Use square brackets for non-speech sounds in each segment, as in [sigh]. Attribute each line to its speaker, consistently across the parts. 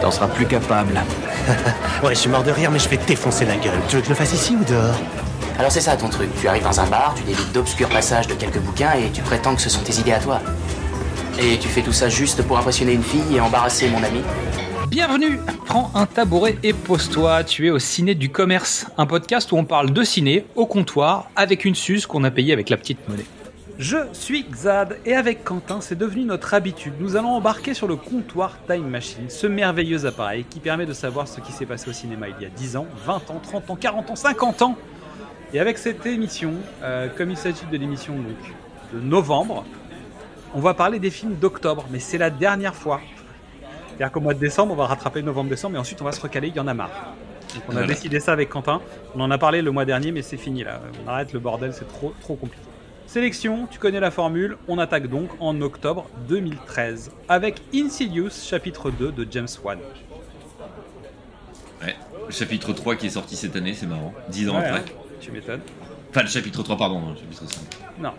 Speaker 1: T'en seras plus capable.
Speaker 2: [laughs] Ouais, je suis mort de rire, mais je vais t'effoncer la gueule. Tu veux que je le fasse ici ou dehors
Speaker 3: Alors c'est ça ton truc, tu arrives dans un bar, tu délites d'obscurs passages de quelques bouquins et tu prétends que ce sont tes idées à toi. Et tu fais tout ça juste pour impressionner une fille et embarrasser mon ami.
Speaker 4: Bienvenue Prends un tabouret et pose-toi, tu es au Ciné du Commerce, un podcast où on parle de ciné au comptoir avec une suce qu'on a payée avec la petite monnaie. Je suis Xad et avec Quentin, c'est devenu notre habitude. Nous allons embarquer sur le comptoir Time Machine, ce merveilleux appareil qui permet de savoir ce qui s'est passé au cinéma il y a 10 ans, 20 ans, 30 ans, 40 ans, 50 ans. Et avec cette émission, euh, comme il s'agit de l'émission donc de novembre, on va parler des films d'octobre, mais c'est la dernière fois. C'est-à-dire qu'au mois de décembre, on va rattraper novembre-décembre, et ensuite on va se recaler, il y en a marre. Donc on a
Speaker 5: Voilà.
Speaker 4: décidé ça avec Quentin, on en a parlé le mois dernier, mais c'est fini là. On arrête le bordel, c'est trop, trop compliqué. Sélection, tu connais la formule, on attaque donc en octobre 2013 avec Insidious chapitre 2 de James Wan.
Speaker 5: Ouais. Le chapitre 3 qui est sorti cette année, c'est marrant. 10 ans
Speaker 4: Ouais,
Speaker 5: après.
Speaker 4: hein, tu m'étonnes.
Speaker 5: Enfin, le chapitre 3, pardon, hein, le chapitre 5.
Speaker 4: Non.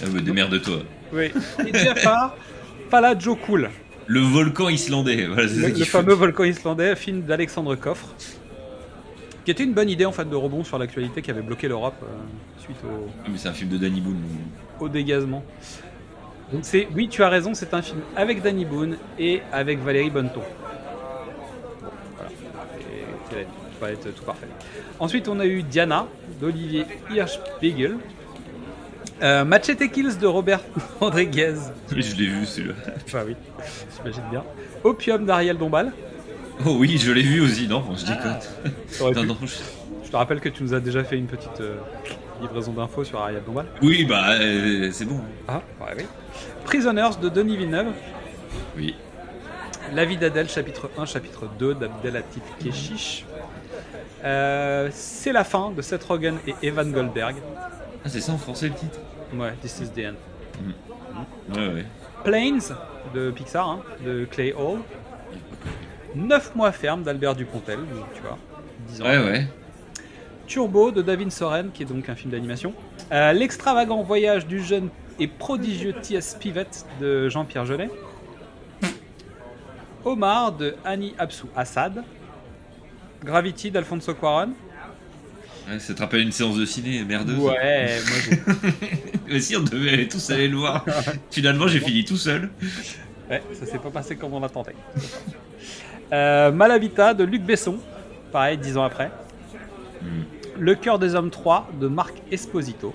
Speaker 5: Ah, mais démerde-toi.
Speaker 4: Oui. Et Jafar Palajo Cool,
Speaker 5: Le volcan islandais, voilà, c'est
Speaker 4: le,
Speaker 5: ça
Speaker 4: le
Speaker 5: qu'il faut.
Speaker 4: fameux volcan islandais, film d'Alexandre Coffre, qui était une bonne idée en fait de rebond sur l'actualité qui avait bloqué l'Europe euh, suite au,
Speaker 5: Ah, mais c'est un film de Danny Boone.
Speaker 4: au dégazement. Donc c'est, oui, tu as raison, c'est un film avec Danny Boone et avec Valérie Bonneton. Bon, voilà. Et ça va être- ça va être tout parfait. Ensuite, on a eu Diana d'Olivier Hirschbiegel. Euh, Machete Kills de Robert [laughs] Rodriguez.
Speaker 5: Oui, je l'ai vu celui-là.
Speaker 4: Enfin oui, j'imagine bien. Opium d'Ariel Dombal.
Speaker 5: [laughs] Oh oui, je l'ai vu aussi, non, je déconne.
Speaker 4: T'aurais
Speaker 5: [laughs]
Speaker 4: Ah,
Speaker 5: Non,
Speaker 4: pu-
Speaker 5: non, je-
Speaker 4: Je te rappelle que tu nous as déjà fait une petite euh, livraison d'infos sur Ariel Dombal.
Speaker 5: Oui, bah, euh, c'est bon.
Speaker 4: Ah, ouais, oui. Prisoners de Denis Villeneuve.
Speaker 5: Oui.
Speaker 4: La vie d'Adèle, chapitre 1, chapitre 2 d'Abdelatif Keshish. Euh, c'est la fin de Seth Rogen et Evan Goldberg.
Speaker 5: Ah, c'est ça en français le titre
Speaker 4: Ouais, this is the end.
Speaker 5: Ouais, ouais.
Speaker 4: Planes de Pixar, hein, de Clay Hall. 9 mois ferme d'Albert Dupontel, donc tu vois. 10 ans.
Speaker 5: Ouais, ouais.
Speaker 4: Turbo de David Soren, qui est donc un film d'animation. Euh, L'extravagant voyage du jeune et prodigieux T.S. Pivette de Jean-Pierre Jeunet. Omar de Annie Absou Assad. Gravity d'Alfonso Cuaron.
Speaker 5: Ouais, ça te rappelle une séance de ciné, merdeuse. [laughs]
Speaker 4: Ouais, moi j'ai-
Speaker 5: Mais si, on devait aller tous aller
Speaker 4: [laughs]
Speaker 5: le voir. Finalement, j'ai fini tout seul.
Speaker 4: ouais, ça s'est pas passé comme on l'attendait. Euh, Malavita de Luc Besson, pareil, dix ans après.
Speaker 5: Hmm.
Speaker 4: Le cœur des hommes 3 de Marc Esposito.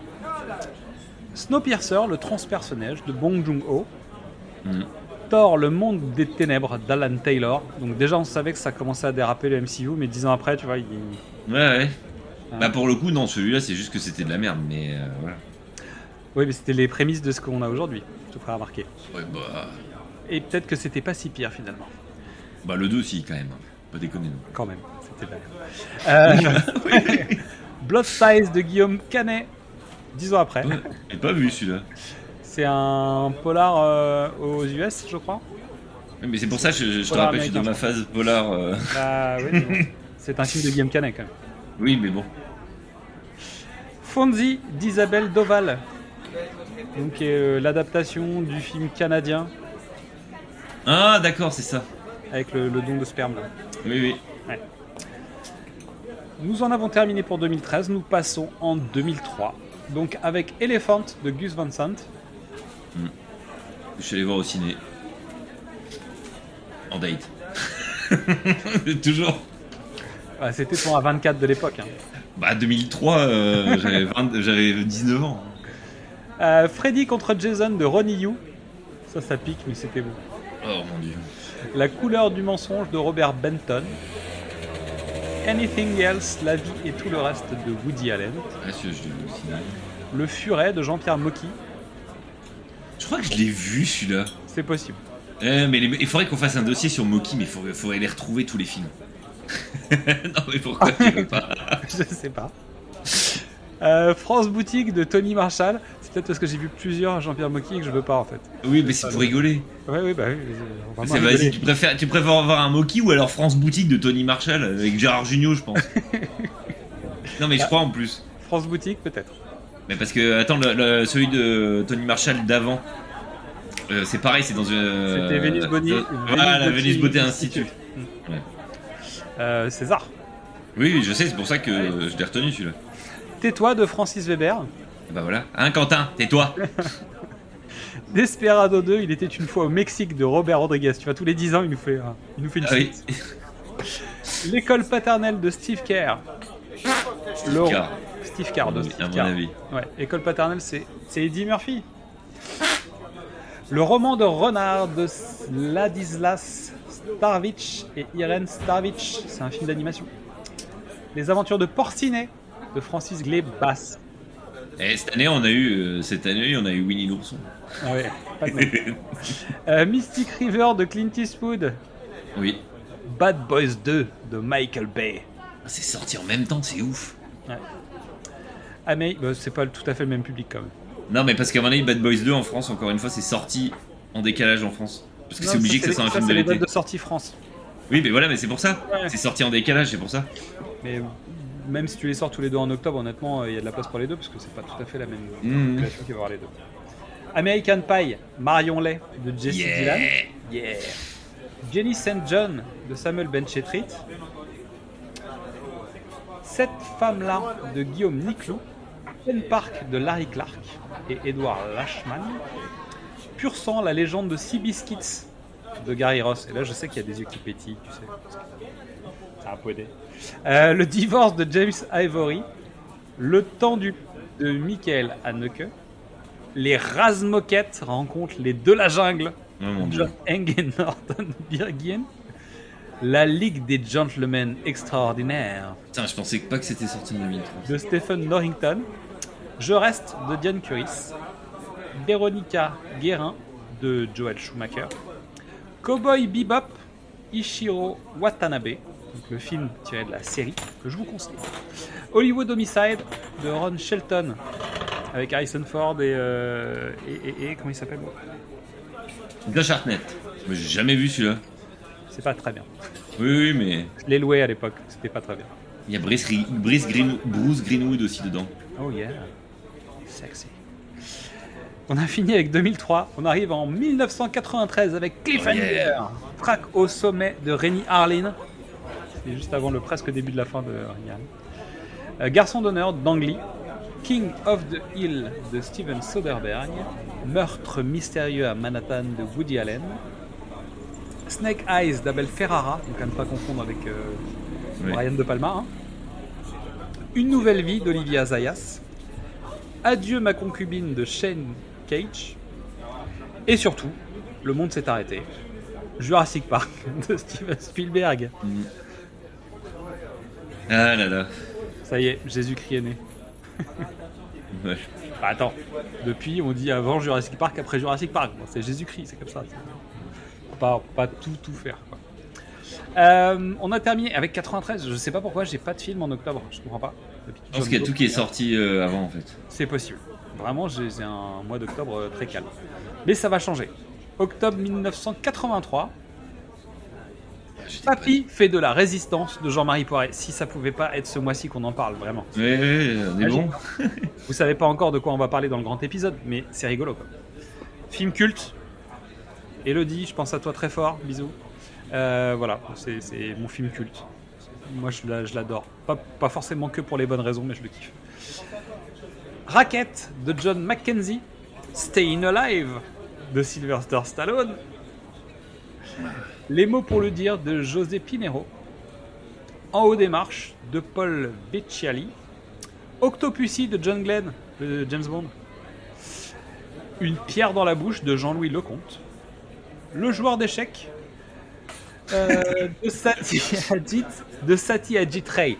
Speaker 4: Snowpiercer, le transpersonnage de Bong Joon-ho.
Speaker 5: Mhm.
Speaker 4: Thor, le monde des ténèbres d'Alan Taylor. Donc déjà, on savait que ça commençait à déraper le MCU, mais dix ans après, tu vois, il...
Speaker 5: Ouais, ouais. Bah, pour le coup, non, celui-là, c'est juste que c'était de la merde, mais euh, voilà.
Speaker 4: oui, mais c'était les prémices de ce qu'on a aujourd'hui. Je te ferai remarquer.
Speaker 5: Ouais, bah.
Speaker 4: Et peut-être que c'était pas si pire finalement,
Speaker 5: Bah le 2 aussi quand même. Pas déconner non.
Speaker 4: quand même. C'était de la merde. Euh, [laughs] Blood Size de Guillaume Canet. Dix ans après.
Speaker 5: Ouais, J'ai pas vu celui-là.
Speaker 4: C'est un polar euh, aux US, je crois.
Speaker 5: Ouais, Mais c'est pour ça que je, je te
Speaker 4: Polar
Speaker 5: rappelle que je suis dans ma phase polar. euh.
Speaker 4: Bah, oui, mais bon. [laughs] C'est un film de Guillaume Canet quand même.
Speaker 5: [laughs] Oui mais bon.
Speaker 4: Fonzie d'Isabelle Doval. Donc euh, l'adaptation du film canadien
Speaker 5: Ah d'accord c'est ça.
Speaker 4: avec le, le don de sperme. là.
Speaker 5: Oui oui.
Speaker 4: Nous en avons terminé pour 2013, nous passons en 2003. Donc avec Elephant de Gus Van Sant.
Speaker 5: Je suis allé voir au ciné. En [laughs] date. Toujours.
Speaker 4: Ah, C'était pour un 24 de l'époque. hein.
Speaker 5: Bah 2003 [laughs] euh, j'avais 20 j'avais 19 ans.
Speaker 4: Euh, Freddy contre Jason de Ronnie Yu. Ça, ça pique, mais c'était bon.
Speaker 5: Oh mon dieu.
Speaker 4: La couleur du mensonge de Robert Benton. Anything Else, La vie et tout le reste de Woody Allen.
Speaker 5: Ah, celui-là, je l'ai vu au ciné.
Speaker 4: Le Furet de Jean-Pierre Mocky.
Speaker 5: Je crois que je l'ai vu celui-là.
Speaker 4: C'est possible. [laughs]
Speaker 5: Euh, mais les- il faudrait qu'on fasse un dossier sur Moki, mais il faudrait, faudrait les retrouver tous les films. [laughs] non, mais pourquoi tu veux pas
Speaker 4: Je sais pas. Euh, France Boutique de Tony Marshall. C'est peut-être parce que j'ai vu plusieurs Jean-Pierre Mocky que je veux pas en fait.
Speaker 5: Oui, mais c'est pour rigoler.
Speaker 4: Ouais, oui, bah oui. mais, euh, on va
Speaker 5: C'est-
Speaker 4: vraiment rigoler.
Speaker 5: vas-y, tu préfères, tu préfères avoir un Moki ou alors France Boutique de Tony Marshall avec Gérard
Speaker 4: [laughs]
Speaker 5: Jugnot, je pense. non,
Speaker 4: Ah.
Speaker 5: mais je crois en plus.
Speaker 4: France Boutique peut-être.
Speaker 5: Mais parce que, attends, le- le- celui de Tony Marshall d'avant, euh, c'est pareil, c'est dans une.
Speaker 4: C'était Vénus Bonny-
Speaker 5: dans- Voilà,
Speaker 4: Vénus
Speaker 5: Vénus
Speaker 4: Botti [laughs]
Speaker 5: Beauté Institute.
Speaker 4: Euh, César.
Speaker 5: Oui, oui, je sais, c'est pour ça que euh, je l'ai retenu celui-là.
Speaker 4: Tais-toi de Francis Weber.
Speaker 5: Bah voilà. Hein, Quentin,
Speaker 4: [laughs]
Speaker 5: tais-toi
Speaker 4: Desperado 2, il était une fois au Mexique de Robert Rodriguez. Tu vois, tous les 10 ans, il nous fait, un- il nous fait une
Speaker 5: Ah oui.
Speaker 4: suite. L'école paternelle de Steve Kerr. Le-
Speaker 5: Car,
Speaker 4: Steve Kerr, de
Speaker 5: à
Speaker 4: Steve
Speaker 5: mon
Speaker 4: Kerr.
Speaker 5: avis.
Speaker 4: Ouais, école paternelle, c'est c'est Eddie Murphy. Le roman de Renard de Ladislas Starvich et Irene Starvich, c'est un film d'animation. Les aventures de Porcinet de Francis Glebe Bass.
Speaker 5: Et Eh, cette année, on a eu, euh, cette année, on a eu Winnie l'ourson.
Speaker 4: Ah ouais, pas de nom.
Speaker 5: [laughs]
Speaker 4: Euh, Mystic River de Clint Eastwood.
Speaker 5: Oui.
Speaker 4: Bad Boys 2 de Michael Bay.
Speaker 5: Ah, C'est sorti en même temps, c'est ouf.
Speaker 4: Ah mais bah, c'est pas tout à fait le même public quand même.
Speaker 5: Non, mais parce qu'à mon avis, Bad Boys 2 en France, encore une fois, c'est sorti en décalage en France. Parce que
Speaker 4: Non,
Speaker 5: c'est obligé que
Speaker 4: ça,
Speaker 5: ça soit un
Speaker 4: ça,
Speaker 5: film
Speaker 4: c'est
Speaker 5: de
Speaker 4: les
Speaker 5: l'été.
Speaker 4: dates de sortie France.
Speaker 5: Oui, mais voilà, mais c'est pour ça.
Speaker 4: Ouais.
Speaker 5: C'est sorti en décalage, c'est pour ça.
Speaker 4: Mais même si tu les sors tous les deux en octobre, honnêtement, euh, il y a de la place pour les deux parce que c'est pas tout à fait la même
Speaker 5: Mhm.
Speaker 4: population qui va voir les deux. American Pie, Marion Lay de Jesse
Speaker 5: Yeah.
Speaker 4: Dylan. Yeah. Jenny St. John de Samuel Ben Benchetrit. Cette femme-là de Guillaume Niclou. Pen Park de Larry Clark et Edward Lashman. Pur sang, la légende de Sea Biscuits de Gary Ross. Et là, je sais qu'il y a des yeux qui pétillent, tu sais. parce que Ça a peu aidé. Euh, le divorce de James Ivory. Le temps du de Michael Haneke. Les Razmoquettes rencontrent les De la Jungle,
Speaker 5: Oh mon dieu.
Speaker 4: John Eng et Norton Birgien. La Ligue des Gentlemen Extraordinaires
Speaker 5: Putain, je pensais pas que c'était sorti en 2003.
Speaker 4: de Stephen Norrington. Je reste de Diane Curis. Véronica Guérin de Joel Schumacher. Cowboy Bebop, Ishiro Watanabe, donc le film tiré de la série que je vous conseille. Hollywood Homicide de Ron Shelton avec Harrison Ford et, euh, et, et- et- comment il s'appelle
Speaker 5: De Chartnet. Mais j'ai jamais vu celui-là.
Speaker 4: C'est pas très bien.
Speaker 5: Oui, oui, mais.
Speaker 4: Je l'ai loué à l'époque, c'était pas très bien.
Speaker 5: Il y a Brice, Ri- Brice Green- Bruce Greenwood aussi dedans.
Speaker 4: Oh yeah, sexy. On a fini avec 2003, on arrive en 1993 avec Cliffhanger,
Speaker 5: Oh
Speaker 4: Track au sommet de Rémi Harlin. C'est juste avant le presque début de la fin de Rémi Harlin. Euh, Garçon d'honneur d'Angly, King of the Hill de Steven Soderbergh, Meurtre mystérieux à Manhattan de Woody Allen, Snake Eyes d'Abel Ferrara, donc à ne pas confondre avec euh,
Speaker 5: Oui.
Speaker 4: Brian De Palma. hein. Une nouvelle vie d'Olivia Zayas. Adieu ma concubine de Shane Cage. Et surtout, Le monde s'est arrêté. Jurassic Park [laughs] de Steven Spielberg.
Speaker 5: Ah là là.
Speaker 4: Ça y est, Jésus-Christ est né.
Speaker 5: Ouais.
Speaker 4: Bah, attends, depuis on dit avant Jurassic Park, après Jurassic Park. Bon, c'est Jésus-Christ, c'est comme ça. c'est- Faut pas, faut pas tout tout faire. quoi. Euh, on a terminé avec 93. Je sais pas pourquoi j'ai pas de film en octobre. Je comprends pas. D'habitude,
Speaker 5: Je pense
Speaker 4: j'en ai
Speaker 5: qu'il y a
Speaker 4: d'autres.
Speaker 5: tout qui est sorti euh, avant en fait.
Speaker 4: C'est possible. Vraiment, j'ai j'ai un mois d'octobre euh, très calme. Mais ça va changer. Octobre 1983,
Speaker 5: Ah, J'étais pas-
Speaker 4: Papy fait de la résistance de Jean-Marie Poiret. Si ça pouvait pas être ce mois-ci qu'on en parle, vraiment.
Speaker 5: Ouais, ouais, ouais, on
Speaker 4: Ah,
Speaker 5: est bon.
Speaker 4: Vous savez pas encore de quoi on va parler dans le grand épisode, mais c'est rigolo. Quoi. Film culte. Elodie, je pense à toi très fort. Bisous. Euh, voilà, c'est c'est mon film culte. Moi, je la- je l'adore. Pas, pas forcément que pour les bonnes raisons, mais je le kiffe. Racket de John Mackenzie. Stayin' Alive de Sylvester Stallone. Les mots pour le dire de José Pinero. En haut des marches de Paul Vecchiali. Octopussy de John Glenn, de James Bond. Une pierre dans la bouche de Jean-Louis Lecomte. Le joueur d'échecs euh, de Sati Hadid, de Sati Hadid Ray.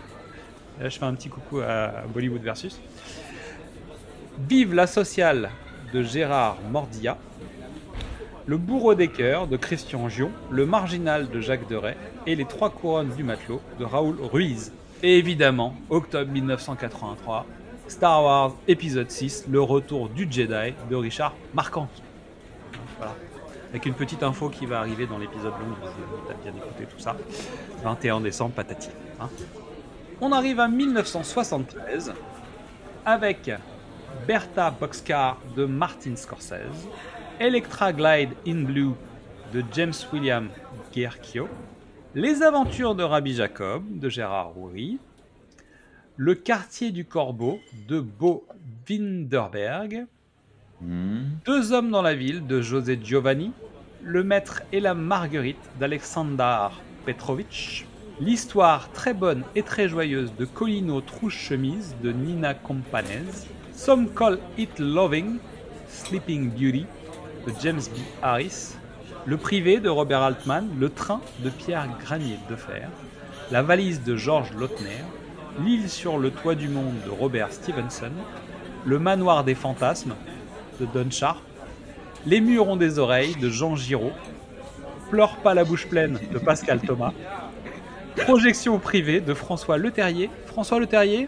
Speaker 4: Là, je fais un petit coucou à Bollywood versus. Vive la sociale de Gérard Mordilla. Le bourreau des cœurs de Christian Gion, Le marginal de Jacques Deray et Les trois couronnes du matelot de Raoul Ruiz. Et évidemment, octobre 1983, Star Wars épisode 6, Le retour du Jedi de Richard Marquand. Voilà. Avec une petite info qui va arriver dans l'épisode long, je vous invite à bien écouter tout ça. 21 décembre, patati. hein. On arrive à 1973 avec Bertha Boxcar de Martin Scorsese, Electra Glide in Blue de James William Guercio, Les Aventures de Rabbi Jacob de Gérard Roury, Le Quartier du Corbeau de Bo Winderberg, Deux hommes dans la ville de José Giovanni, Le Maître et la Marguerite d'Alexander Petrovitch, L'histoire très bonne et très joyeuse de Colino Trouche-Chemise de Nina Companese, Some Call It Loving, Sleeping Beauty de James B. Harris, Le Privé de Robert Altman, Le Train de Pierre Granier de Fer, La Valise de Georges Lautner, L'île sur le toit du monde de Robert Stevenson, Le Manoir des fantasmes de Don Sharp, Les murs ont des oreilles de Jean Giraud, Pleure pas la bouche pleine de Pascal Thomas, Projection privée de François Leterrier. François Leterrier,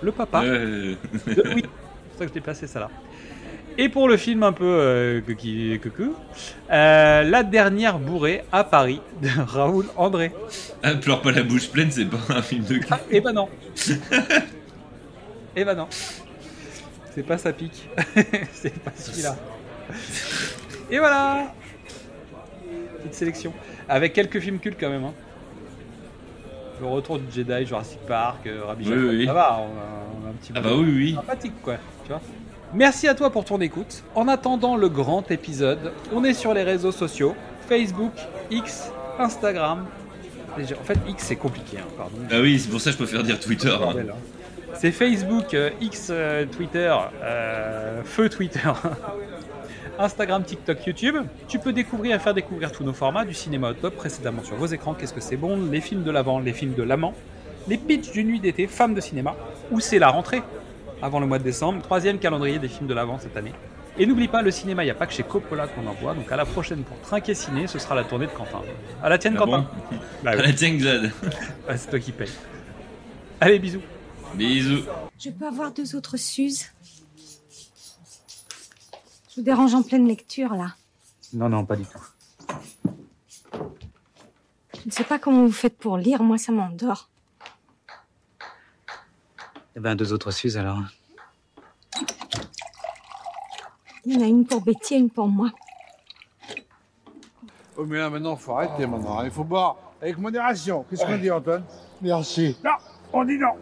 Speaker 4: le papa
Speaker 5: Euh,
Speaker 4: de Louis. C'est pour ça que je l'ai placé ça là. Et pour le film un peu euh, coqui- coucou, euh, La dernière bourrée à Paris de [laughs] Raoul André.
Speaker 5: ah, pleure pas la bouche pleine, c'est pas un film de cul.
Speaker 4: Ah, eh ben non. eh ben non. C'est pas ça pique. [laughs] C'est pas celui-là. Et voilà. Petite sélection. Avec quelques films cultes quand même. hein. Le retour du Jedi, Jurassic Park, euh, Rabbi
Speaker 5: Oui,
Speaker 4: Jacob.
Speaker 5: oui.
Speaker 4: Ça va, on a, on a un petit
Speaker 5: Ah
Speaker 4: peu
Speaker 5: bah oui, oui.
Speaker 4: sympathique quoi, tu vois. Merci à toi pour ton écoute. En attendant le grand épisode, on est sur les réseaux sociaux, Facebook, X, Instagram. Déjà, En fait, X c'est compliqué, hein, pardon.
Speaker 5: Ah oui, c'est pour ça que je préfère dire Twitter. hein.
Speaker 4: Bordel, hein. C'est Facebook, euh, X, euh, Twitter, euh, Feu Twitter, [laughs] Instagram, TikTok, YouTube. Tu peux découvrir et faire découvrir tous nos formats du cinéma au top précédemment sur vos écrans. Qu'est-ce que c'est bon Les films de l'avant, les films de l'amant, les pitchs d'une nuit d'été, femmes de cinéma, où c'est la rentrée avant le mois de décembre. Troisième calendrier des films de l'avant cette année. Et n'oublie pas, le cinéma, il n'y a pas que chez Coppola qu'on en voit. Donc à la prochaine pour Trinquer Ciné, ce sera la tournée de Quentin. À la tienne,
Speaker 5: Ah
Speaker 4: Quentin.
Speaker 5: bon
Speaker 4: Bah
Speaker 5: Ah,
Speaker 4: oui,
Speaker 5: la tiens, Xad.
Speaker 4: bah, c'est toi qui paye. Allez, bisous.
Speaker 5: Bisous.
Speaker 6: Je peux avoir deux autres Suzes Je vous dérange en pleine lecture, là.
Speaker 4: Non, non, pas du tout.
Speaker 6: Je ne sais pas comment vous faites pour lire, moi ça m'endort.
Speaker 7: Eh ben, deux autres Suzes alors.
Speaker 6: Il y en a une pour Betty et une pour moi.
Speaker 8: Oh, mais là, maintenant, faut arrêter, maintenant. Il faut boire avec modération. Qu'est-ce qu'on dit, Antoine Merci. Non, on dit non.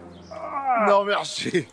Speaker 8: Non, merci.